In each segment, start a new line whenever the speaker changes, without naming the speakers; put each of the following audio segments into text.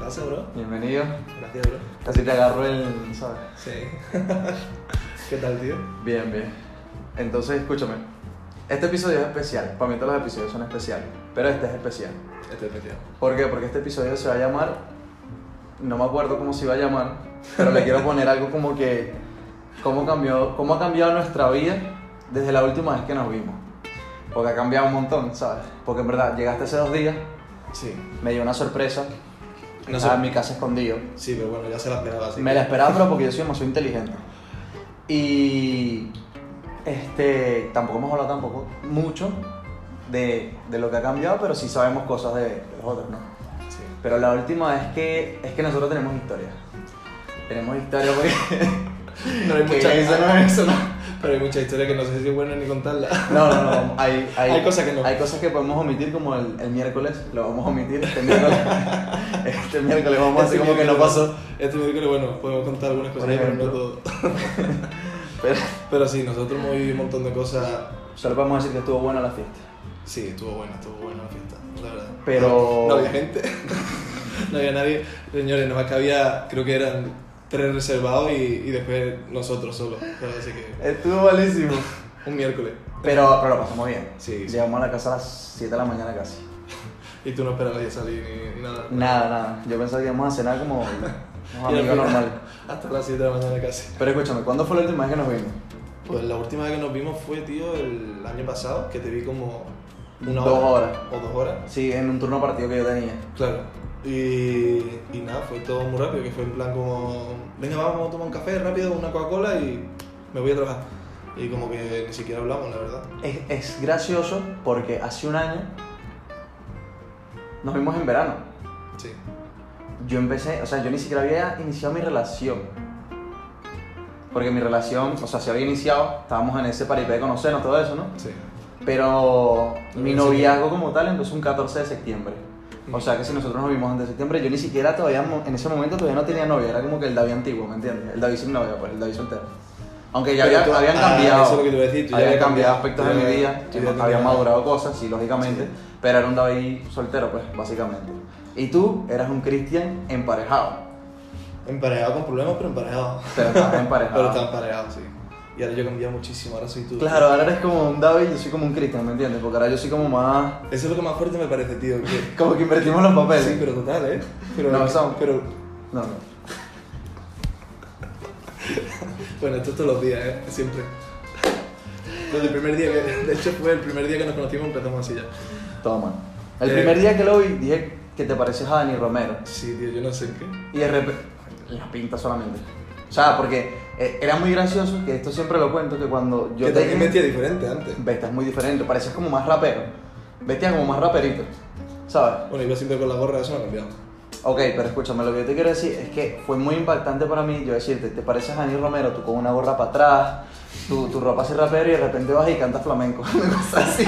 Gracias, bro.
Bienvenido.
Gracias, bro.
Así te agarro el. ¿Sabes?
Sí. ¿Qué tal, tío?
Bien, bien. Entonces, escúchame. Este episodio es especial. Para mí todos los episodios son especiales. Pero este es especial.
Estoy metido.
¿Por qué? Porque este episodio se va a llamar. No me acuerdo cómo se iba a llamar. Pero le quiero poner algo como que. Cómo, cambió, cómo ha cambiado nuestra vida desde la última vez que nos vimos. Porque ha cambiado un montón, ¿sabes? Porque en verdad, llegaste hace dos días,
Sí.
me dio una sorpresa.
No
estaba
sé.
en Ah, mi casa escondido.
Sí, pero bueno, ya se la esperaba así.
Me la esperaba, pero porque yo soy demasiado inteligente. Y. Este. Tampoco hemos hablado tampoco mucho de, de lo que ha cambiado, pero sí sabemos cosas de, de los otros, ¿no?
Sí.
Pero la última es que. Es que nosotros tenemos historia. Tenemos historia porque.
No hay
Que-
mucha eso no es eso, no. Pero hay mucha historia que no sé si es buena ni contarla.
No, no, no. Hay, hay,
Hay cosas que no.
Hay cosas que podemos omitir, como el, el miércoles. Lo vamos a omitir este miércoles. este miércoles vamos a
Este
hacer como que no
miércoles-
pasó.
Este miércoles, bueno, podemos contar algunas
Por
cosas, pero no
ejemplo.
todo.
Pero
Pero sí, nosotros hemos vivido un montón de cosas.
solo podemos decir que estuvo buena la fiesta.
Sí, estuvo buena, estuvo buena la fiesta, la verdad.
Pero-
No había gente. no había nadie. Señores, nada más que había, creo que eran tres reservados y, y después nosotros solos. Pero así que.
Estuvo malísimo.
Un miércoles.
Pero, pero lo pasamos bien.
Sí, sí.
Llegamos a la casa a las 7 de la mañana casi.
Y tú no esperabas ya salir ni, ni nada.
Nada, nada. Yo pensaba que íbamos a cenar como
Y
unos
al
amigos
final,
normales.
Hasta las 7 de la mañana casi.
Pero escúchame, ¿cuándo fue la última vez que nos vimos?
Pues la última vez que nos vimos fue, tío, el año pasado, que te vi como una
Dos
hora.
horas.
O dos horas.
Sí, en un turno partido que yo tenía.
Claro. Y, y nada, fue todo muy rápido, que fue en plan como, venga, vamos a tomar un café rápido, una Coca-Cola y me voy a trabajar. Y como que ni siquiera hablamos, la verdad.
Es, es gracioso porque hace un año nos vimos en verano.
Sí.
Yo empecé, o sea, yo ni siquiera había iniciado mi relación. Porque mi relación, o sea, se había iniciado, estábamos en ese paripé de conocernos, todo eso, ¿no?
Sí.
Pero
Pero
mi
no
noviazgo como tal empezó un 14 de septiembre. O
Mm.
sea que si nosotros nos vimos antes de septiembre, yo ni siquiera todavía, mo- en ese momento todavía no tenía novia, era como que el David antiguo, ¿me entiendes? El David sin novia, pues el David soltero. Aunque ya
Pero
había-
tú-
habían
ah,
cambiado,
eso es lo que te iba a decir, tú ya
habían
habías
cambiado
cambiado,
aspectos
tú
de
ya-
mi vida,
tú ya
había
tenías-
madurado cosas, sí, lógicamente,
Sí.
pero era un David soltero, pues, básicamente. Y tú eras un Cristian emparejado,
Emparejado con problemas, pero emparejado.
pero estabas emparejado.
Pero está emparejado, sí. Y ahora yo he cambiado muchísimo, ahora soy tú.
Ah. Claro, ahora eres como un David y yo soy como un Cristian, ¿me entiendes? Porque ahora yo soy como más...
Eso es lo que más fuerte me parece, tío. que-
Como que invertimos los papeles.
Sí, pero total, ¿eh? Pero,
No, son-
pero
No, no.
Bueno, esto es todos los días, ¿eh? Siempre. Desde el primer día que, de hecho, fue el primer día que nos conocimos empezamos así ya.
Todo mal. El
Eh.
primer día que lo vi dije que te pareces a Dani Romero.
Sí, tío, yo no sé qué.
Y de repente. La pinta solamente. O sea, porque eh, era muy gracioso, que esto siempre lo cuento, que cuando yo
que
te
también
dije,
vestía diferente antes.
Vestías muy diferente, parecías como más rapero. Vestías como más raperito. ¿Sabes?
Bueno, iba siempre con la gorra, eso no ha cambiado.
Ok, pero escúchame, lo que yo te quiero decir es que fue muy impactante para mí yo decirte, te pareces a Dani Romero, tú con una gorra para atrás, tu, tu ropa así rapero y de repente vas y cantas flamenco. Una cosa así.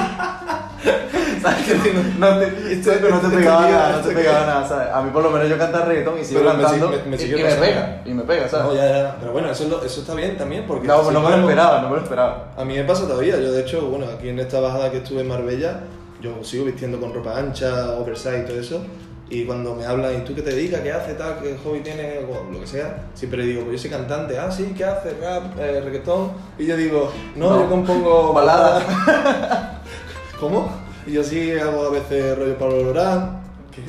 ¿Sabes qué? No te, exacto, no te pegaba nada, no te pegaba nada, ¿sabes? A mí por lo menos yo cantar reggaetón y sigo
Pero me
cantando
sigue- me- me
y-
sigue
y, me
pasando.
pega, y me pega,
No,
¿sabes?
ya, ya. Pero bueno, eso, es lo- eso está bien también porque...
No, pues
si
no me lo
fuéramos-
esperaba, no me lo esperaba.
A mí me pasa todavía. Yo, de hecho, bueno, aquí en esta bajada que estuve en Marbella, yo sigo vistiendo con ropa ancha, oversize y todo eso. Y cuando me hablan, ¿y tú qué te dedicas? ¿Qué haces? Tal, ¿Qué hobby tienes? O lo que sea. Siempre digo, pues yo soy cantante. Ah, sí, ¿qué haces? Rap, eh, reggaetón. Y yo digo, no,
No.
yo compongo
Baladas.
¿Cómo? Y yo sí hago a veces rollo Pablo Lorán. ¿Qué?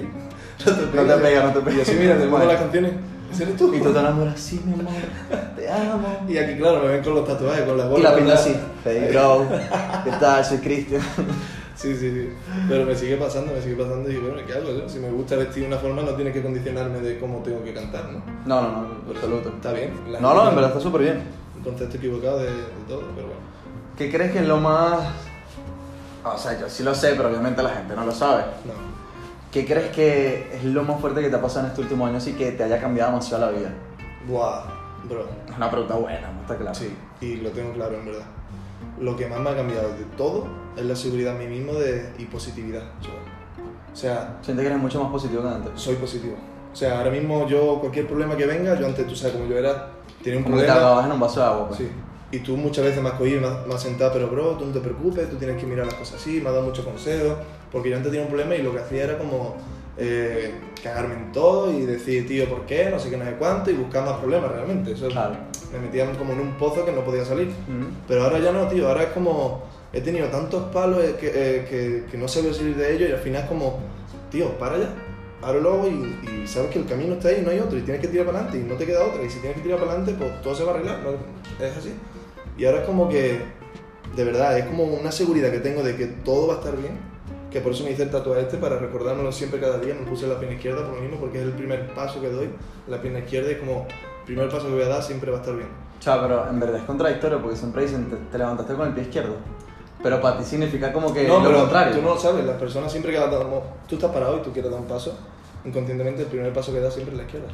No te
No te pega, no te pega.
Y así, mira, te pongo
Bueno.
las canciones. ¿Ese eres tú?
Y tú te enamoras así, mi amor, te amo.
Y aquí, claro, me ven con los tatuajes, con las bolas.
Y la
con
pinta
la-
así, hey bro, ¿qué tal? Soy Cristian.
Sí, sí, sí. Pero me sigue pasando, me sigue pasando. Y digo, bueno, ¿qué hago yo? Si me gusta vestir de una forma, no tienes que condicionarme de cómo tengo que cantar, ¿no?
No, no, no, absoluto.
Está bien. la
No, no,
gente-
en verdad está súper bien.
Un concepto equivocado de, de todo, pero bueno.
¿Qué crees que es lo más.? O sea, yo sí lo sé, pero obviamente la gente no lo sabe.
No.
¿Qué crees que es lo más fuerte que te ha pasado en este último año así que te haya cambiado demasiado la vida?
Buah, bro.
Es una pregunta buena, no está claro.
Sí, y lo tengo claro, en verdad. Lo que más me ha cambiado de todo es la seguridad a mí mismo de, y positividad. chaval. O sea,
Siento que eres mucho más positivo que antes.
soy positivo. O sea, ahora mismo yo, cualquier problema que venga, yo antes, tú sabes cómo yo era, tenía un
Como que te
problema.
ahogabas en un vaso de agua, pues.
Sí. Y tú muchas veces me has cogido y me has, me has sentado, pero bro, tú no te preocupes, tú tienes que mirar las cosas así, me has dado muchos consejos, porque yo antes tenía un problema y lo que hacía era como eh, cagarme en todo y decir, tío, ¿por qué? No sé qué, no sé cuánto, y buscar más problemas realmente. Eso
Claro.
me metían como en un pozo que no podía salir.
Mm.
Pero ahora ya no, tío, ahora es como, he tenido tantos palos eh, que, eh, que, que no sé voy a salir de ellos y al final es como, tío, para ya. Ahora luego y, y sabes que el camino está ahí y no hay otro y tienes que tirar para adelante y no te queda otra y si tienes que tirar para adelante pues todo se va a arreglar, ¿no? es así. Y ahora es como que, de verdad, es como una seguridad que tengo de que todo va a estar bien, que por eso me hice el tatuaje este, para recordármelo siempre cada día, me puse la pierna izquierda por lo mismo, porque es el primer paso que doy, la pierna izquierda y como, primer paso que voy a dar siempre va a estar bien.
Chao, pero en verdad es contradictorio porque siempre dicen te, te levantaste con el pie izquierdo. Pero para ti significa como que Eh, lo contrario.
Tú no lo sabes, las personas siempre que las damos, tú estás parado y tú quieres dar un paso, inconscientemente el primer paso que das siempre es la izquierda.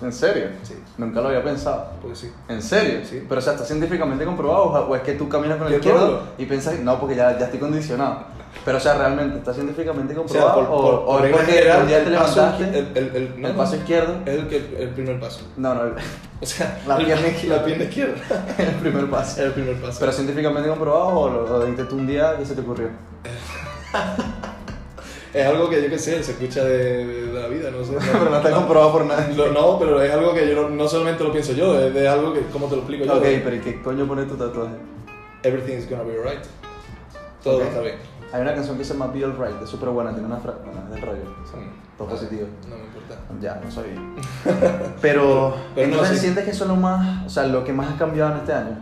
¿En serio?
Sí,
Nunca lo había pensado.
porque sí.
¿En serio?
Sí.
Pero o sea, está científicamente comprobado o, o es que tú caminas con el
Yo
izquierdo
todo.
y piensas, no, porque ya, ya estoy condicionado. Pero o sea, realmente está científicamente
O sea,
comprobado
por,
o,
por,
o
por
es
regla
porque
general,
un día te
el paso
levantaste el,
izquier- el, el, el- no, no,
paso izquierdo.
es el, que- el primer paso.
No, no, el,
O sea,
La
el-
pierna izquierda.
la pierna izquierda
el primer
es
paso.
el primer paso.
Pero científicamente comprobado o lo, lo dijiste tú un día y se te ocurrió.
es algo que yo qué sé, se escucha de, de la vida, no sé.
pero no está comprobado por nada.
Lo- no, pero es algo que yo no, no solamente lo pienso yo, es de algo que, ¿cómo te lo explico yo?
Ok, pero ¿y qué coño pone tu tatuaje?
Everything's gonna be alright. Todo
Ok.
va a estar bien.
Hay una canción que se llama Be Alright, es súper buena, tiene una frase, bueno, es del rollo. Todo positivo.
No me importa.
Ya, no soy. Pero,
Pero no,
entonces
sí.
sientes que eso es lo más, o sea, lo que más ha cambiado en este año.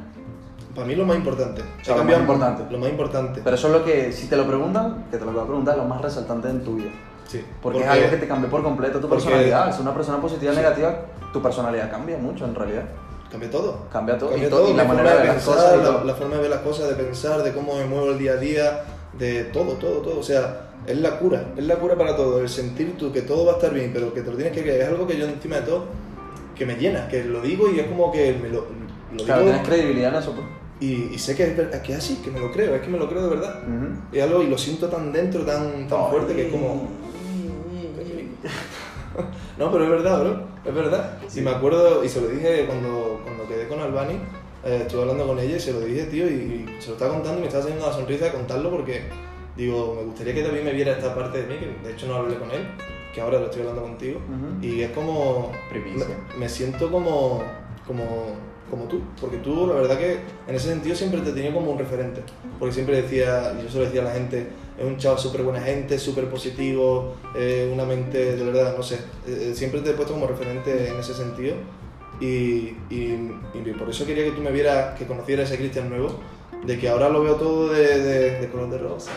Para mí lo más importante.
O sea,
He
lo
cambiado-
más importante.
Lo más importante.
Pero eso es lo que, si te lo preguntan, que te lo voy a preguntar, es lo más resaltante en tu vida.
sí.
Porque, es algo que te cambió por completo tu
porque-
personalidad. Es una persona positiva o negativa, tu personalidad cambia mucho en realidad.
Cambia todo.
Cambia todo.
Cambia
y, to-
todo.
y la
mi
manera
forma
de ver las
pensar,
cosas. y
la,
todo.
la forma de ver las cosas, de pensar, de cómo me muevo el día a día, de todo, todo, todo. O sea, es la cura. Es la cura para todo. El sentir tú que todo va a estar bien, pero que te lo tienes que creer. Es algo que yo encima de todo, que me llena, que lo digo y es como que me lo, lo
Claro,
digo
tienes credibilidad en eso. pues.
y, y sé que es, ver- que es así, que me lo creo, es que me lo creo de verdad.
Ujú.
Es algo y lo siento tan dentro, tan, tan fuerte que es como... No, pero es verdad, bro. Es verdad. Y me acuerdo, y se lo dije cuando, cuando quedé con Albani, eh, estuve hablando con ella y se lo dije, tío, y, y se lo estaba contando y me estaba saliendo la sonrisa de contarlo porque, digo, me gustaría que también me viera esta parte de mí, que de hecho no hablé con él, que ahora lo estoy hablando contigo.
Ujú.
Y es como...
Primicia.
Me, me siento como, como, como tú, porque tú, la verdad que en ese sentido siempre te he tenido como un referente, porque siempre decía, y yo se lo decía a la gente, es un chavo súper buena gente, súper positivo, eh, una mente, de verdad, no sé, eh, eh, siempre te he puesto como referente en ese sentido. Y, y- y por eso quería que tú me vieras, que conocieras a ese Cristian nuevo, de que ahora lo veo todo de, de- de color de rosa.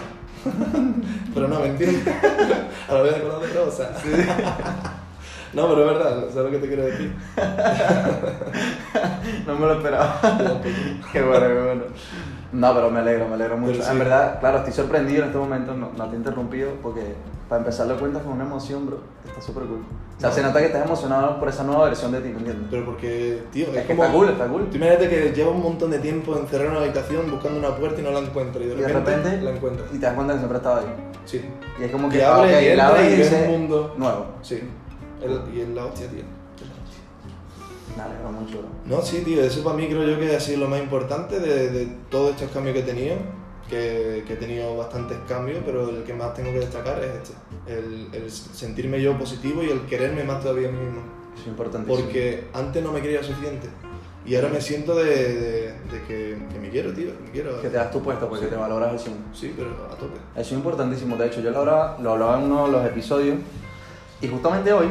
pero no, mentira. ahora lo veo de color de rosa. no, pero es verdad, ¿sabes lo que te quiero decir?
No me lo esperaba. qué bueno, qué bueno. No, pero me alegro, me alegro mucho.
Pero sí.
En verdad, claro, estoy sorprendido en este momento, no, no te he interrumpido, porque para empezar lo cuentas con una emoción, bro, que está súper cool. O sea,
No.
se nota que estás emocionado por esa nueva versión de ti, ¿me entiendes?
Pero porque, tío, es,
es que
como...
está cool, está cool.
Tú imagínate que lleva un montón de tiempo encerrado en una habitación buscando una puerta y no la encuentra y de,
Y de repente
la encuentra.
Y te das cuenta que siempre estaba ahí.
Sí.
Y es como que
Que
ah,
abre
ok,
y
la
entra
abres
y ves
dices,
un mundo.
Nuevo.
Sí. El- y es la hostia, tío.
Me alegro mucho, bro.
No, sí, tío, eso para mí creo yo que ha sido lo más importante de, de todos estos cambios que he tenido, que, que he tenido bastantes cambios, pero el que más tengo que destacar es este, el, el sentirme yo positivo y el quererme más todavía a mí mismo,
Es importante.
porque antes no me quería suficiente y ahora me siento de, de- de que, que me quiero, tío, que me quiero.
Que te das tu puesto, porque te valoras el cine.
Sí, pero a tope.
Eso es importantísimo. De hecho, yo lo hablaba, lo hablaba en uno de los episodios. Y justamente hoy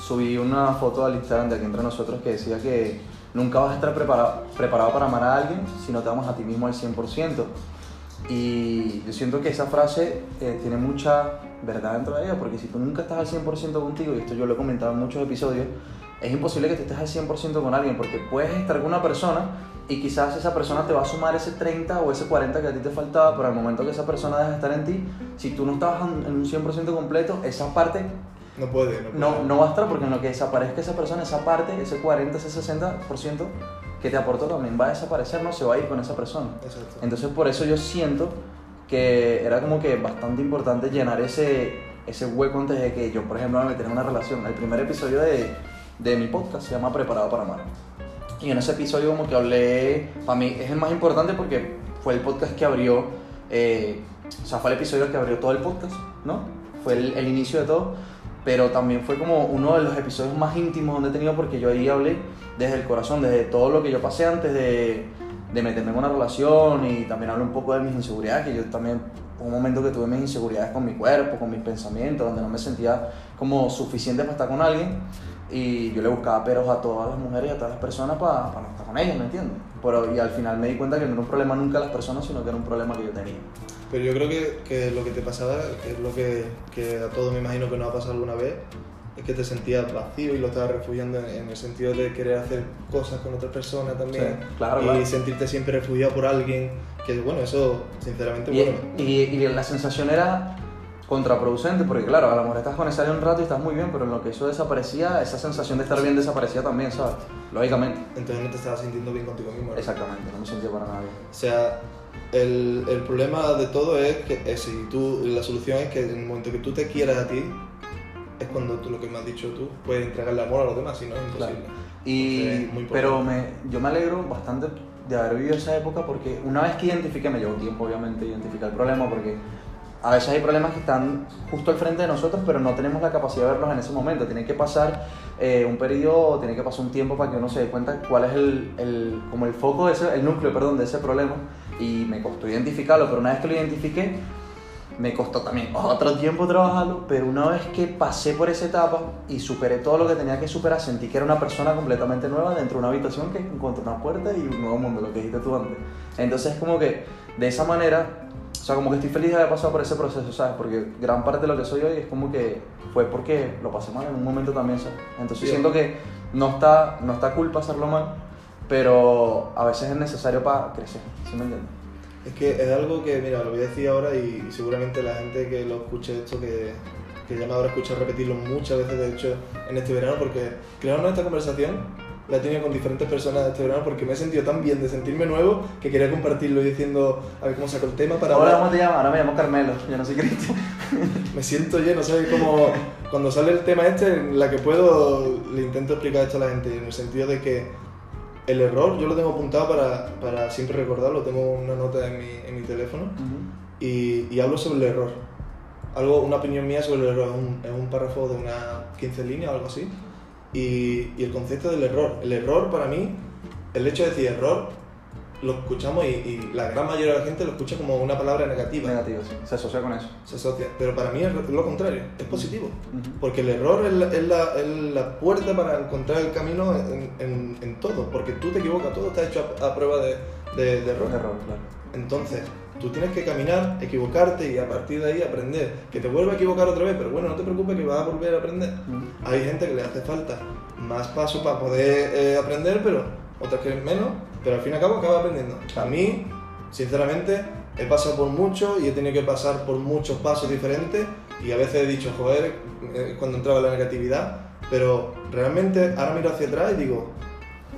subí una foto al Instagram de aquí entre nosotros que decía que nunca vas a estar preparado, preparado para amar a alguien si no te amas a ti mismo al 100%. Y yo siento que esa frase eh, tiene mucha verdad dentro de ella, porque si tú nunca estás al 100% contigo, y esto yo lo he comentado en muchos episodios, es imposible que tú estés al 100% con alguien, porque puedes estar con una persona y quizás esa persona te va a sumar ese 30 o ese 40 que a ti te faltaba, pero al momento que esa persona deja de estar en ti, si tú no estabas en en un 100% completo, esa parte
No puede, no puede.
no, no va a estar, porque en lo que desaparezca esa persona, esa parte, ese 40, ese 60% que te aportó también va a desaparecer, no se va a ir con esa persona.
Exacto.
Entonces por eso yo siento que era como que bastante importante llenar ese, ese hueco antes de que yo, por ejemplo, me metiera en una relación. El primer episodio de, de mi podcast se llama Preparado para Amar. Y en ese episodio como que hablé, para mí es el más importante porque fue el podcast que abrió, eh, o sea, fue el episodio que abrió todo el podcast, ¿no? fue el, el inicio de todo, pero también fue como uno de los episodios más íntimos donde he tenido porque yo ahí hablé desde el corazón, desde todo lo que yo pasé antes de, de meterme en una relación y también hablé un poco de mis inseguridades, que yo también un momento que tuve mis inseguridades con mi cuerpo, con mis pensamientos, donde no me sentía como suficiente para estar con alguien. Y yo le buscaba peros a todas las mujeres y a todas las personas para no estar con ellas, ¿me entiendes? Pero, y al final me di cuenta que no era un problema nunca las personas, sino que era un problema que yo tenía.
Pero yo creo que, que lo que te pasaba, que es lo que, que a todos me imagino que nos ha pasado alguna vez, es que te sentías vacío y lo estabas refugiando en, en el sentido de querer hacer cosas con otras personas también.
Sí, claro,
y
claro.
sentirte siempre refugiado por alguien. Que bueno, eso, sinceramente,
Y,
bueno.
y- y la sensación era contraproducente, porque claro, a lo mejor estás con esa área un rato y estás muy bien, pero en lo que eso desaparecía, esa sensación de estar bien desaparecía también, ¿sabes? Lógicamente.
Entonces no te estabas sintiendo bien contigo mismo. ¿no?
Exactamente, no me sentía para nada bien.
O sea, el, el problema de todo es que eh, si tú, la solución es que en el momento que tú te quieras a ti, es cuando tú, lo que me has dicho tú, puedes entregarle amor a los demás, si no es imposible.
Y,
Entonces, muy
pero me, yo me alegro bastante de haber vivido esa época porque una vez que identifiqué, me llevó tiempo obviamente identificar el problema porque a veces hay problemas que están justo al frente de nosotros pero no tenemos la capacidad de verlos en ese momento. Tiene que pasar eh, un periodo, tiene que pasar un tiempo para que uno se dé cuenta cuál es el, el- como el foco, de ese, el núcleo perdón, de ese problema y me costó identificarlo, pero una vez que lo identifiqué me costó también otro tiempo trabajarlo, pero una vez que pasé por esa etapa y superé todo lo que tenía que superar, sentí que era una persona completamente nueva dentro de una habitación que encontró una puerta y un nuevo mundo, lo que dijiste tú antes. Entonces, como que de esa manera, o sea, como que estoy feliz de haber pasado por ese proceso, ¿sabes? Porque gran parte de lo que soy hoy es como que fue porque lo pasé mal en un momento también, ¿sabes? Entonces,
Sí.
siento que no está, no está cool pasarlo mal, pero a veces es necesario para crecer, ¿sí me entiendes?
Es que es algo que, mira, lo voy a decir ahora y, y seguramente la gente que lo escuche esto, que, que ya me habrá escuchado repetirlo muchas veces, de hecho, en este verano, porque crearon esta conversación, la he tenido con diferentes personas este verano, porque me he sentido tan bien de sentirme nuevo que quería compartirlo y diciendo, a ver cómo saco el tema para
Ahora,
hablar.
¿cómo te llamas? Ahora me llamo Carmelo, yo no soy Cristian.
Me siento lleno, ¿sabes? Como cuando sale el tema este, en la que puedo, le intento explicar esto a la gente, en el sentido de que el error yo lo tengo apuntado para, para siempre recordarlo, tengo una nota en mi, en mi teléfono y, y hablo sobre el error. Algo, una opinión mía sobre el error, es un, es un párrafo de unas 15 líneas o algo así. Y, y el concepto del error. El error para mí, el hecho de decir error, lo escuchamos y, y la gran mayoría de la gente lo escucha como una palabra negativa.
Negativo, sí. Se asocia con eso.
se asocia. Pero para mí es lo contrario, es positivo. Porque el error es la, es la- es la puerta para encontrar el camino en, en- en todo. Porque tú te equivocas, todo está hecho a, a prueba de, de- de error.
Error, claro.
Entonces, tú tienes que caminar, equivocarte y a partir de ahí aprender. Que te vuelva a equivocar otra vez, pero bueno, no te preocupes que vas a volver a aprender. Hay gente que le hace falta más paso para poder eh, aprender, pero otras que menos, pero al fin y al cabo acaba aprendiendo. A mí, sinceramente, he pasado por mucho y he tenido que pasar por muchos pasos diferentes y a veces he dicho, joder, eh, cuando entraba la negatividad, pero realmente ahora miro hacia atrás y digo,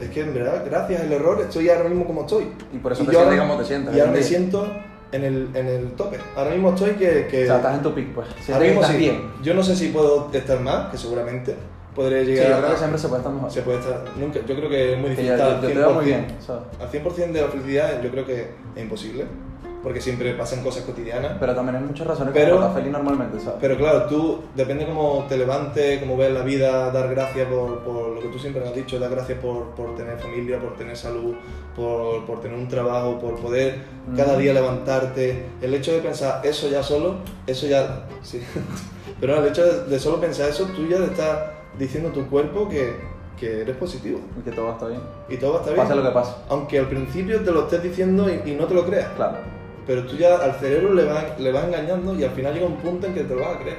es que en verdad, gracias al error, estoy ahora mismo como estoy.
Y por eso
Y
te
yo
sientes
ahora-
como te sientes.
Y ahora
¿sí?
me siento en el, en el tope. Ahora mismo estoy que... que
O sea, estás en tu pick, pues. Sientes
ahora
que
mismo
estás
sí.
bien.
Yo no sé si puedo estar más, que seguramente podré
Sí,
llegar
yo
a-
creo que siempre se puede estar mejor.
Se puede estar... Nunca, yo creo que es muy
Que
difícil
yo,
estar
yo-
al
yo te veo muy
100%.
bien, ¿sabes?
Al 100% de la felicidad yo creo que es imposible, porque siempre pasan cosas cotidianas.
Pero también hay muchas razones
Pero-
para estar feliz normalmente, ¿sabes?
Pero claro, tú, depende cómo te levantes, cómo veas la vida, dar gracias por, por lo que tú siempre me has dicho, dar gracias por, por tener familia, por tener salud, por, por tener un trabajo, por poder cada
Ujú.
día levantarte. El hecho de pensar eso ya solo, eso ya... Sí. Pero el hecho de, de solo pensar eso, tú ya le estás diciendo a tu cuerpo que, que eres positivo
Y que todo va a estar bien.
y todo va a estar bien.
Pase lo que pase.
Aunque al principio te lo estés diciendo y, y no te lo creas.
Claro.
Pero tú ya al cerebro le vas le va engañando y al final llega un punto en que te lo vas a creer.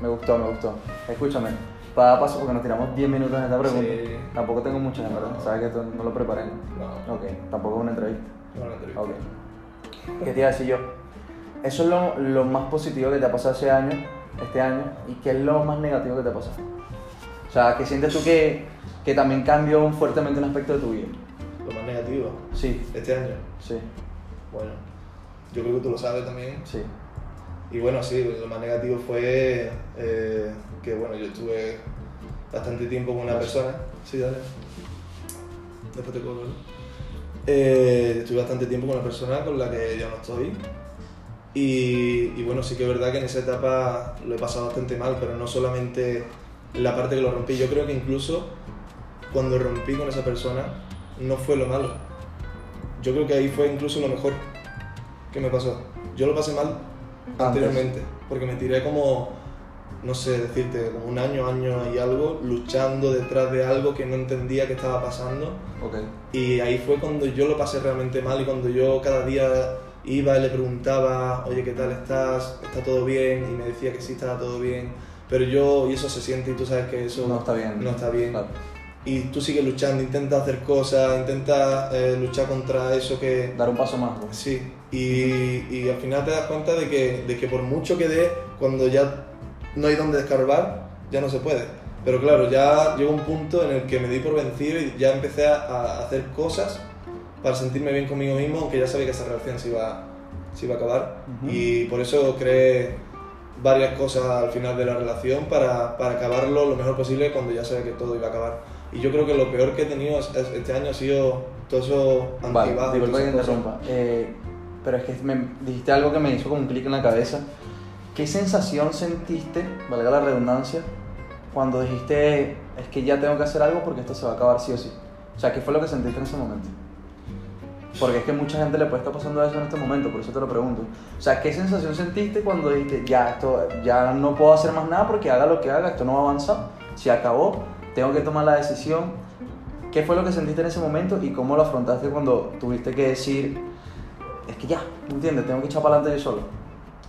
Me gustó, me gustó. Escúchame. Para paso porque nos tiramos 10 minutos en esta pregunta.
Sí.
Tampoco tengo muchas, en verdad. Sabes que esto no lo preparé.
No,
Ok, tampoco es una entrevista.
no lo entrevisté.
Ok. ¿Qué te iba a decir yo? Eso es lo, lo más positivo que te ha pasado ese año, este año, y qué es lo más negativo que te ha pasado. O sea, que sientes tú que, que también cambió fuertemente un aspecto de tu vida.
Lo más negativo
Sí,
este año.
sí,
Bueno, yo creo que tú lo sabes también.
sí.
Y bueno, sí, lo más negativo fue eh, que bueno, yo estuve bastante tiempo con una
Gracias.
persona. Sí, dale. Después te cobro. ¿no? Eh, estuve bastante tiempo con una persona con la que yo no estoy. Y, y bueno, sí que es verdad que en esa etapa lo he pasado bastante mal, pero no solamente la parte que lo rompí. Yo creo que incluso cuando rompí con esa persona no fue lo malo. Yo creo que ahí fue incluso lo mejor que me pasó. Yo lo pasé mal
Antes.
anteriormente, porque me tiré como, no sé decirte, como un año, año y algo, luchando detrás de algo que no entendía que estaba pasando.
Ok.
Y ahí fue cuando yo lo pasé realmente mal y cuando yo cada día iba y le preguntaba, oye, ¿qué tal estás? ¿Está todo bien? Y me decía que sí, estaba todo bien. Pero yo, y eso se siente y tú sabes que eso
No está bien.
no está bien.
Claro.
Y tú sigues luchando, intentas hacer cosas, intentas eh, luchar contra eso que...
Dar un paso más. ¿no?
Sí, y, y al final te das cuenta de que, de que por mucho que dé, cuando ya no hay donde escarbar, ya no se puede. Pero claro, ya llegó un punto en el que me di por vencido y ya empecé a, a hacer cosas para sentirme bien conmigo mismo, aunque ya sabía que esa relación se iba, se iba a acabar.
Ujú.
Y por eso creé varias cosas al final de la relación para, para acabarlo lo mejor posible cuando ya sabía que todo iba a acabar. Y yo creo que lo peor que he tenido es- es- este año ha sido todo eso
Vale,
antibajos,
disculpa
todas
que
esas
interrumpa.
cosas.
Eh, pero es que me dijiste algo que me hizo como un clic en la cabeza. ¿Qué sensación sentiste, valga la redundancia, cuando dijiste es que ya tengo que hacer algo porque esto se va a acabar sí o sí? O sea, ¿qué fue lo que sentiste en ese momento? Porque es que mucha gente le puede estar pasando eso en este momento, por eso te lo pregunto. O sea, ¿qué sensación sentiste cuando dijiste ya esto, ya no puedo hacer más nada porque haga lo que haga, esto no va a avanzar, se acabó, tengo que tomar la decisión, ¿Qué fue lo que sentiste en ese momento y cómo lo afrontaste cuando tuviste que decir, es que ya, ¿me entiendes? Tengo que echar para adelante yo solo.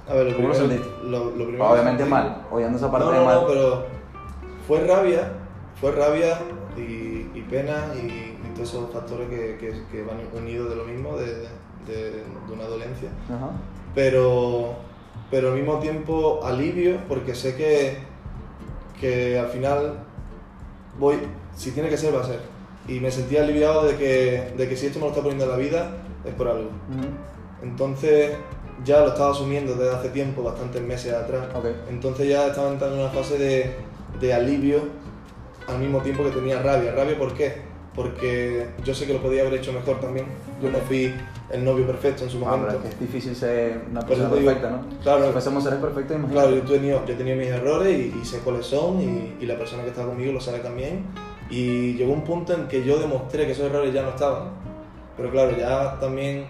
A ver, lo
¿Cómo lo
primero,
sentiste?
lo- lo primero que
Obviamente
sentí-
mal, odiando esa parte
no,
de
no,
mal.
no, pero fue rabia, fue rabia y, y pena y, y todos esos factores que, que- que van unidos de lo mismo, de, de- de una dolencia.
Ajá.
Pero, pero al mismo tiempo alivio porque sé que, que al final voy, si tiene que ser, va a ser. Y me sentí aliviado de que, de que si esto me lo está poniendo la vida, es por algo.
Ujú.
Entonces ya lo estaba asumiendo desde hace tiempo, bastantes meses atrás.
Ok.
Entonces ya estaba entrando en una fase de, de alivio al mismo tiempo que tenía rabia. ¿Rabia por qué? Porque yo sé que lo podía haber hecho mejor también. Yo no fui el novio perfecto en su
Ah, pero
momento.
es que es difícil ser una
Por
persona
eso te digo,
perfecta, ¿no? Si
Claro,
fuésemos seres perfectos,
claro, yo
imagínate.
he tenido, yo he tenido mis errores y, y sé cuáles son y, y la persona que está conmigo lo sabe también. Y llegó un punto en que yo demostré que esos errores ya no estaban. Pero claro, ya también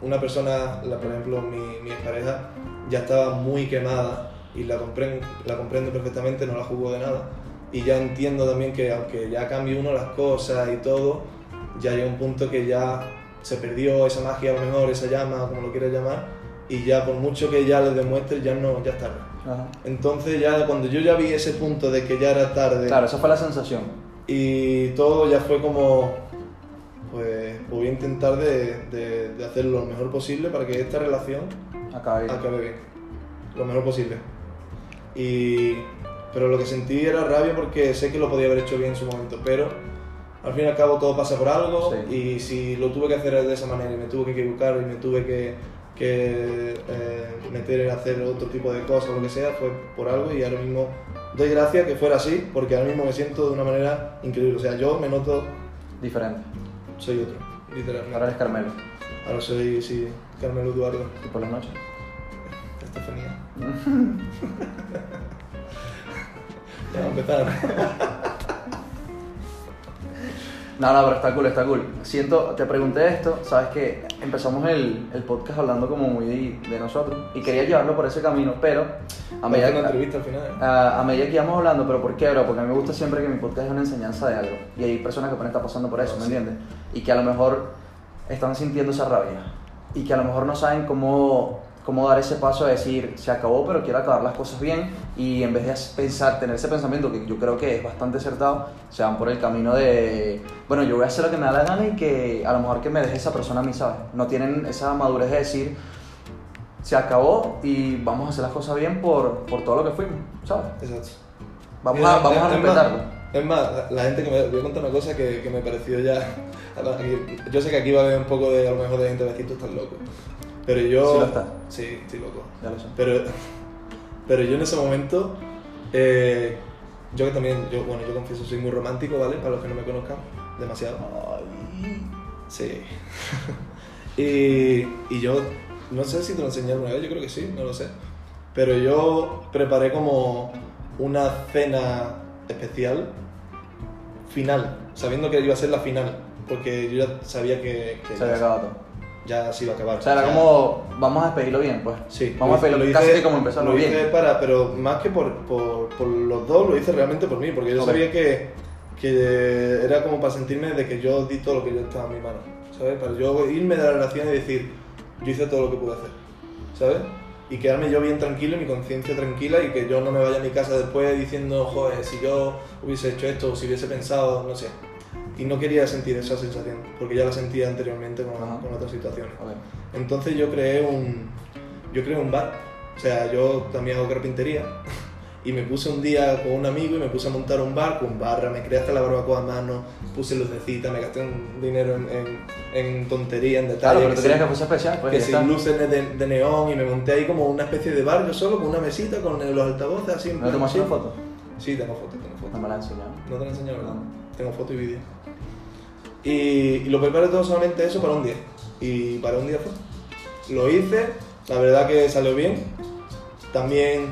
una persona, la- por ejemplo, mi, mi expareja, ya estaba muy quemada y la, compren- la comprendo perfectamente, no la juzgo de nada. Y ya entiendo también que aunque ya cambie uno las cosas y todo, ya llega un punto que ya se perdió esa magia a lo mejor, esa llama, como lo quieras llamar, y ya por mucho que ya le demuestre, ya no, ya es tarde.
Ajá.
Entonces ya cuando yo ya vi ese punto de que ya era tarde
Claro, esa fue la sensación.
y todo ya fue como, pues voy a intentar de, de- de hacer lo mejor posible para que esta relación
Acabé.
acabe bien, lo mejor posible. Y, pero lo que sentí era rabia porque sé que lo podía haber hecho bien en su momento, pero al fin y al cabo todo pasa por algo
Sí.
y si lo tuve que hacer de esa manera y me tuve que equivocar y me tuve que, que, eh, meter en hacer otro tipo de cosas, lo que sea, fue por algo y ahora mismo doy gracias que fuera así porque ahora mismo me siento de una manera increíble. O sea, yo me noto,
Diferente.
soy otro, literalmente.
Ahora eres Carmelo.
Ahora soy, sí, Carmelo Eduardo,
Y por las noches.
Estefanía. Ya va a empezar.
No, no, pero está cool, está cool. Siento, te pregunté esto, sabes que empezamos el, el podcast hablando como muy de, de nosotros y quería llevarlo por ese camino, pero a
Vamos a
medida,
hacer una entrevista al final. ¿eh?
a, a medida que íbamos hablando, pero ¿por qué, bro? Porque a mí me gusta siempre que mi podcast es una enseñanza de algo y hay personas que pueden estar pasando por eso, ¿me
Sí.
entiendes? Y que a lo mejor están sintiendo esa rabia y que a lo mejor no saben cómo, cómo dar ese paso de decir, se acabó, pero quiero acabar las cosas bien y en vez de pensar, tener ese pensamiento que yo creo que es bastante acertado, se van por el camino de, bueno, yo voy a hacer lo que me da la gana y que a lo mejor que me deje esa persona a mí, ¿sabes? No tienen esa madurez de decir, se acabó y vamos a hacer las cosas bien por, por todo lo que fuimos, ¿sabes?
Exacto.
Vamos
Mira, este
a, vamos a
es- es
respetarlo.
más- Es más, la- la gente que me. Voy a contar una cosa que, que me pareció ya. a la- y Yo sé que aquí va a haber un poco de. A lo mejor de gente va a decir, tú estás loco. Pero yo.
Sí lo estás.
Sí, estoy loco.
Ya lo sé.
Pero, pero yo en ese momento. eh, yo que también. Yo, bueno, yo confieso, soy muy romántico, ¿vale? Para los que no me conozcan, demasiado. Sí. y, y yo No sé si te lo enseñé alguna vez, yo creo que sí, no lo sé. Pero yo preparé como una cena especial final, sabiendo que iba a ser la final, porque yo ya sabía que, que
Se había
ya,
acabado todo.
ya se iba a acabar.
O sea, era
Ya-
como, vamos a despedirlo bien, pues.
Sí,
Vamos a
lo hice-
pedirlo
lo
casi
hice-
que como empezarlo
lo
bien.
hice para, pero más que por, por, por los dos, lo hice realmente por mí, porque yo
Ok.
sabía que, que era como para sentirme de que yo di todo lo que yo estaba en mi mano, ¿sabes? Para yo irme de la relación y decir, yo hice todo lo que pude hacer, ¿sabes? Y quedarme yo bien tranquilo, y mi conciencia tranquila y que yo no me vaya a mi casa después diciendo, joder, si yo hubiese hecho esto, o si hubiese pensado, no sé. Y no quería sentir esa sensación, porque ya la sentía anteriormente con,
Ajá.
con otras situaciones.
Ok.
Entonces yo creé un yo creé un bar. O sea, yo también hago carpintería y me puse un día con un amigo y me puse a montar un bar con barra, me creé hasta la barbacoa a mano, puse lucecitas, me gasté un dinero en, en, en tontería, en
Claro,
detalles.
pero tú
que
querías
sí.
que fuese especial, pues.
que
ya
sin
está.
luces de, de- de neón y me monté ahí como una especie de bar yo solo con una mesita con eh, los altavoces así en
¿No
plan
tomaste
chill.
una foto? Ah,
Sí, tengo fotos, tengo
No
fotos.
me la han enseñado.
No te lo he enseñado, ¿verdad? Tengo foto y vídeo. Y, y lo preparé todo solamente eso para un día. Y para un día fue. Lo hice, la verdad que salió bien. También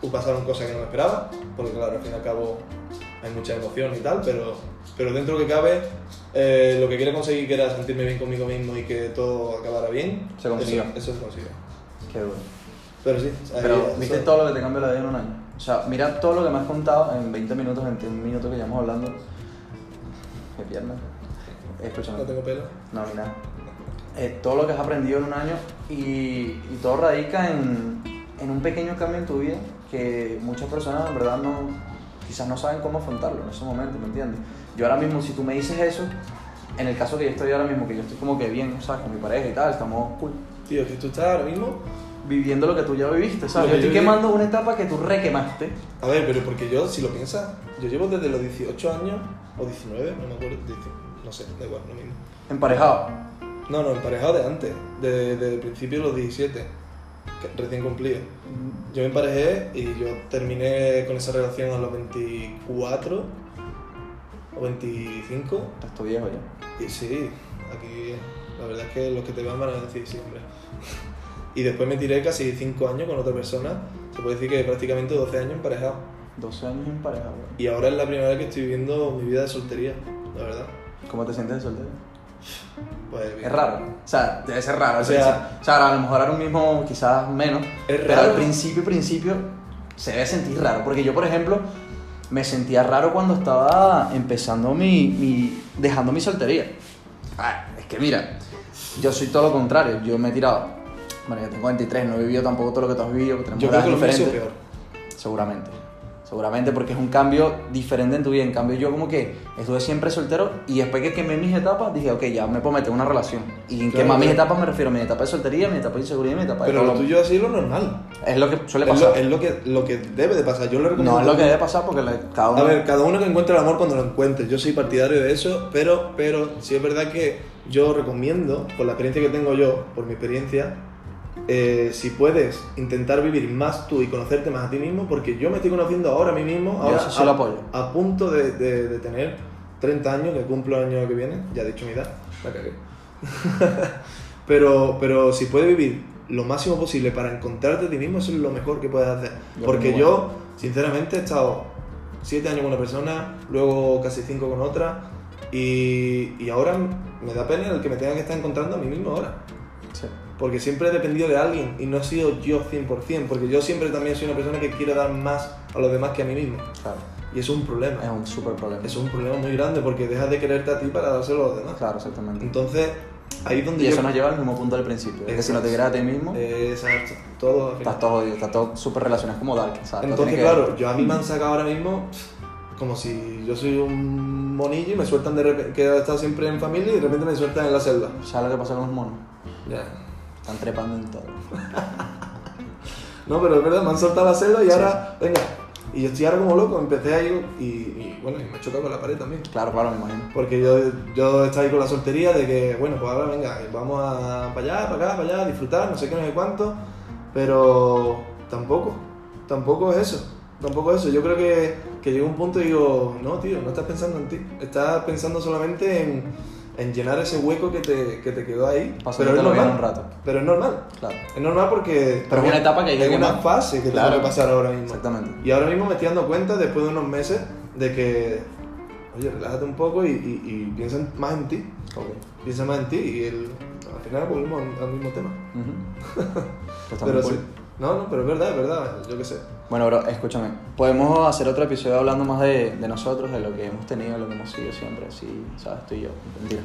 pues, pasaron cosas que no me esperaba, porque claro, al fin y al cabo hay mucha emoción y tal, pero, pero dentro que cabe, eh, lo que quería conseguir que era sentirme bien conmigo mismo y que todo acabara bien.
Se consiguió.
Eso, eso se consiguió.
Qué bueno.
Pero sí, ahí-
Pero viste
eso-
todo lo que te cambió la vida en un año. O sea, mira todo lo que me has contado en 20 minutos, 21 minutos que llevamos hablando. Qué pierna. Escúchame.
No tengo pelo.
No, ni nada. Eh, todo lo que has aprendido en un año y, y todo radica en, en un pequeño cambio en tu vida que muchas personas en verdad no, quizás no saben cómo afrontarlo en ese momento, ¿me entiendes? Yo ahora mismo, si tú me dices eso, en el caso que yo estoy ahora mismo, que yo estoy como que bien, ¿sabes? Con mi pareja y tal, estamos cool,
Tío, que tú estás ahora mismo
viviendo lo que tú ya viviste, ¿sabes?
Lo
Yo
que
estoy
yo vi-
quemando una etapa que tú requemaste.
A ver, pero porque yo, si lo piensas, yo llevo desde los 18 años, o 19, no me acuerdo, 18, no sé, da igual, lo mismo.
Emparejado.
No, no, emparejado de antes, desde el principio de los 17, que recién cumplido. Yo me emparejé y yo terminé con esa relación a los 24 o 25,
Estoy viejo ya.
y sí, aquí la verdad es que los que te vean van a decir siempre. Y después me tiré casi 5 años con otra persona, se puede decir que prácticamente 12 años emparejado.
12 años emparejado. güey.
Y ahora es la primera vez que estoy viviendo mi vida de soltería, la verdad.
¿Cómo te sientes de soltero?
Pues bien.
Es raro. O sea, debe ser raro.
O
O
sea-
sea, o sea, a lo mejor ahora mismo quizás menos.
Es
Pero
raro.
al principio, principio, se debe sentir raro. Porque yo, por ejemplo, me sentía raro cuando estaba empezando mi. mi dejando mi soltería. Ah, es que mira, yo soy todo lo contrario. Yo me he tirado. Bueno, yo tengo 23, no he vivido tampoco todo lo que tú has vivido. porque tenemos
Yo creo
edades
que lo mío ha sido
diferentes.
peor.
Seguramente. Seguramente porque es un cambio diferente en tu vida. En cambio yo como que estuve siempre soltero y después que quemé mis etapas dije, ok, ya me puedo meter en una relación. Y en
Claro,
quemar mis
pero-
etapas me refiero a mi etapa de soltería, mi etapa de inseguridad, mi etapa de...
Pero
todo
lo
lo-
tuyo ha sido lo normal.
Es lo que suele
Es, lo,
pasar.
es lo que, lo que debe de pasar. Yo lo recomiendo.
No es lo que debe pasar porque la- cada uno...
A ver, cada uno que encuentre el amor cuando lo encuentre. Yo soy partidario de eso, pero, pero sí es verdad que yo recomiendo, por la experiencia que tengo yo, por mi experiencia, eh, si puedes intentar vivir más tú y conocerte más a ti mismo, porque yo me estoy conociendo ahora a mí mismo,
Yo
ahora
eso sí lo
a-
apoyo.
a punto de, de- de tener 30 años, que cumplo el año que viene, ya he dicho mi edad, la cagué. pero, pero si puedes vivir lo máximo posible para encontrarte a ti mismo, eso es lo mejor que puedes hacer.
Yo
Porque
creo que
yo, sinceramente, he estado 7 años con una persona, luego casi 5 con otra, y, y ahora me da pena el que me tenga que estar encontrando a mí mismo ahora.
Sí.
Porque siempre he dependido de alguien y no he sido yo 100%, porque yo siempre también soy una persona que quiero dar más a los demás que a mí mismo.
Claro,
Y eso es un problema.
es un súper problema.
Eso es un problema muy grande porque dejas de quererte a ti para dárselo a los demás.
Claro, exactamente.
Entonces, ahí es donde
y
yo...
eso nos lleva al mismo punto del principio. Es que si no te quieres a ti mismo,
Eh, Exacto, todo... al final.
estás todo jodido, estás todo súper relacionado, es como Dark. ¿sabes? Todo
Entonces,
tiene que-
claro, yo a mí me han sacado ahora mismo pff, como si yo soy un monillo y me sueltan de repente, que he estado siempre en familia y de repente me sueltan en la celda.
¿Sabes lo que pasa con los monos?
Ya.
Están trepando en todo.
No, pero es verdad, me han soltado la celda y
Sí.
ahora, venga. Y yo estoy ahora como loco, empecé ahí y, y bueno, y me he chocado con la pared también.
Claro, claro, me imagino.
Porque yo, yo estaba ahí con la soltería de que, bueno, pues ahora venga, vamos a, para allá, para acá, para allá, disfrutar, no sé qué, no sé cuánto. Pero tampoco, tampoco es eso, tampoco es eso. Yo creo que, que llega un punto y digo, no, tío, no estás pensando en ti, estás pensando solamente en, en llenar ese hueco que te, que te quedó ahí.
Pasó
Pero es
te lo vi en
normal.
un rato.
Pero es normal.
Claro.
Es normal porque.
Pero es una etapa que hay que
Es una
quemar.
fase que
Claro.
tengo que pasar ahora mismo.
Exactamente.
Y ahora mismo me estoy dando cuenta, después de unos meses, de que. Oye, relájate un poco y, y- y piensa en- más en ti.
Ok.
Piensa más en ti y el- al final volvemos al, al mismo tema.
Ujú. Pues está
Pero
muy
sí.
cool.
No, no, pero es verdad, es verdad. Yo qué sé.
Bueno, bro, escúchame. Podemos hacer otro episodio hablando más de, de nosotros, de lo que hemos tenido, lo que hemos sido siempre, así, ¿sabes? Tú y yo. Mentira.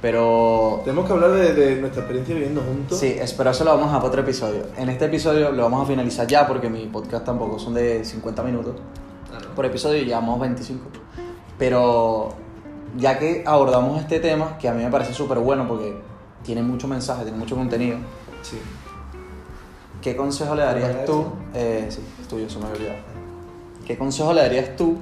Pero
Tenemos que hablar de, de nuestra experiencia viviendo juntos.
Sí, es- pero eso lo vamos a dejar para otro episodio. En este episodio lo vamos a finalizar ya porque mi podcast tampoco son de 50 minutos
Ah, no.
por episodio y llevamos 25. Pero ya que abordamos este tema, que a mí me parece súper bueno porque tiene mucho mensaje, tiene mucho contenido,
Sí.
¿qué consejo le darías tú? eh, sí, es tuyo, se me había olvidado. ¿Qué consejo le darías tú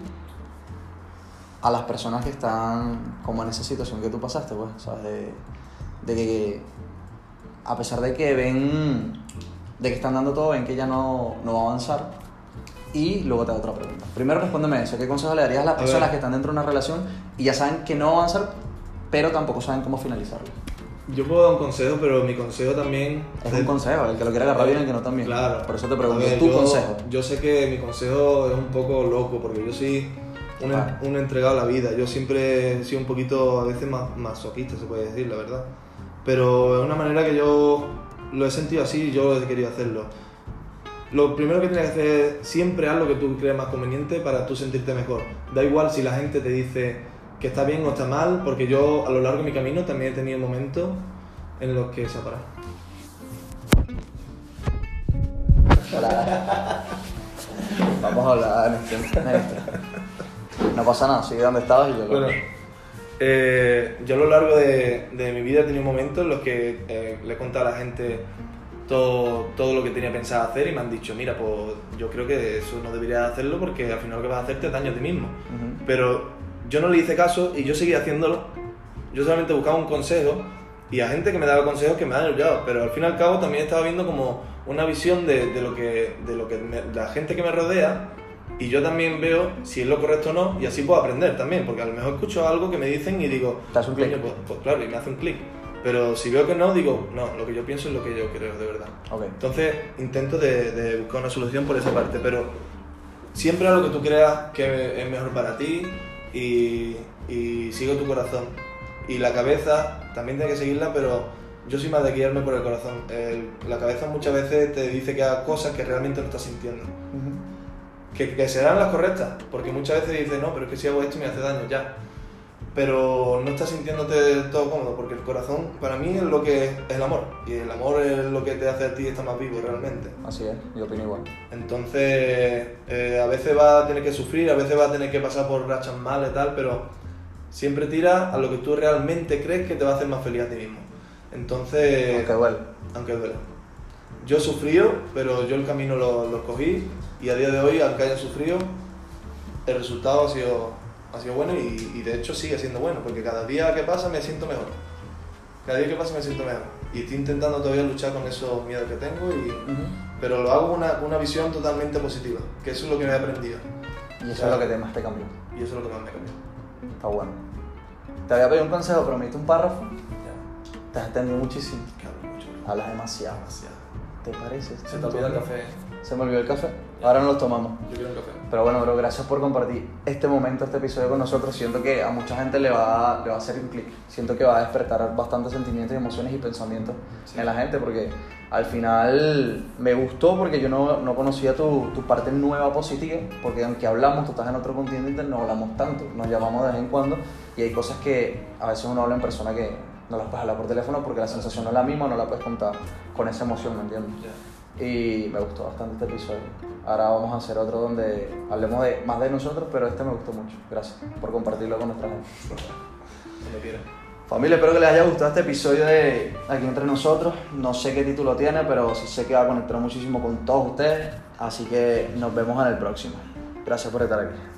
a las personas que están como en esa situación que tú pasaste, pues, sabes, de, de que a pesar de que ven, de que están dando todo, ven que ya no, no va a avanzar? Y luego te hago otra pregunta. Primero respóndeme eso, ¿qué consejo le darías a las
A
personas
ver.
que están dentro de una relación y ya saben que no va a avanzar, pero tampoco saben cómo finalizarlo?
Yo puedo dar un consejo, pero mi consejo también.
Es un consejo, el que lo quiera agarrar bien, el que no también.
Claro.
Por eso te
A
pregunto,
ver,
tu
yo-
consejo.
Yo sé que mi consejo es un poco loco, porque yo soy un, en-
Vale.
un entregado a la vida. Yo siempre he sido un poquito, a veces, más masoquista, se puede decir, la verdad. Pero es una manera que yo lo he sentido así y yo he querido hacerlo. Lo primero que tienes que hacer es siempre haz lo que tú creas más conveniente para tú sentirte mejor. Da igual si la gente te dice que está bien o está mal, porque yo a lo largo de mi camino también he tenido momentos en los que se ha parado.
Hola. Vamos a hablar en este, en este. No pasa nada, sigue donde estabas y yo lo-
Bueno, eh, yo a lo largo de, de mi vida he tenido momentos en los que eh, le he contado a la gente todo, todo lo que tenía pensado hacer y me han dicho, mira, pues yo creo que eso no deberías hacerlo porque al final lo que vas a hacer te daño a ti mismo.
Ujú.
Pero yo no le hice caso y yo seguí haciéndolo. Yo solamente buscaba un consejo y a gente que me daba consejos que me han ayudado. Pero al fin y al cabo también estaba viendo como una visión de, de lo que, de lo que me- la gente que me rodea y yo también veo si es lo correcto o no y así puedo aprender también. Porque a lo mejor escucho algo que me dicen y digo,
Te hace un clic.
"Coño, Pues, pues claro, y me hace un clic. Pero si veo que no, digo, no, lo que yo pienso es lo que yo creo de verdad.
Ok.
Entonces intento de, de buscar una solución por esa parte, pero siempre haz lo que tú creas que es mejor para ti y, y sigue tu corazón. Y la cabeza también tiene que seguirla, pero yo soy más de guiarme por el corazón. El- la cabeza muchas veces te dice que hagas cosas que realmente no estás sintiendo.
Ujú.
Que, que serán las correctas, porque muchas veces dices, no, pero es que si hago esto me hace daño ya. Pero no estás sintiéndote del todo cómodo, porque el corazón para mí es lo que es el amor. Y el amor es lo que te hace a ti estar más vivo realmente.
Así es, yo opino igual.
Entonces, eh, a veces va a tener que sufrir, a veces va a tener que pasar por rachas malas y tal, pero siempre tira a lo que tú realmente crees que te va a hacer más feliz a ti mismo. Entonces,
Aunque duele.
aunque duela. Yo he sufrido, pero yo el camino lo, lo cogí y a día de hoy, aunque haya sufrido, el resultado ha sido, ha sido bueno y, y de hecho sigue siendo bueno, porque cada día que pasa me siento mejor. Cada día que pasa me siento mejor. Y estoy intentando todavía luchar con esos miedos que tengo, y,
Ujú.
pero lo hago con una, con una visión totalmente positiva, que eso es lo que me he aprendido.
Y eso
Claro.
es lo que te, más te cambió.
Y eso es lo que más me cambió.
Está bueno. Te había pedido un consejo, pero me diste un párrafo. Te has extendido muchísimo.
Ya, que hablo mucho.
Hablas demasiado.
Demasiado.
¿Te parece?
Se te olvida el café.
Se me olvidó el café. Ahora no los tomamos.
Yo quiero un café.
Pero bueno, bro, gracias por compartir este momento, este episodio con nosotros. Siento que a mucha gente le va, le va a hacer un clic. Siento que va a despertar bastantes sentimientos, y emociones y pensamientos
Sí.
en la gente, porque al final me gustó porque yo no, no conocía tu, tu parte nueva positiva, porque aunque hablamos, tú estás en otro continente, no hablamos tanto, nos llamamos de vez en cuando y hay cosas que a veces uno habla en persona que no las puedes hablar por teléfono porque la sensación no es la misma, no la puedes contar con esa emoción, ¿me entiendes?
Ya.
y me gustó bastante este episodio. Ahora vamos a hacer otro donde hablemos de, más de nosotros, pero este me gustó mucho. Gracias por compartirlo con nuestra gente.
Cuando quieras.
Familia, espero que les haya gustado este episodio de Aquí entre nosotros. No sé qué título tiene, pero sí sé que va a conectar muchísimo con todos ustedes. Así que nos vemos en el próximo. Gracias por estar aquí.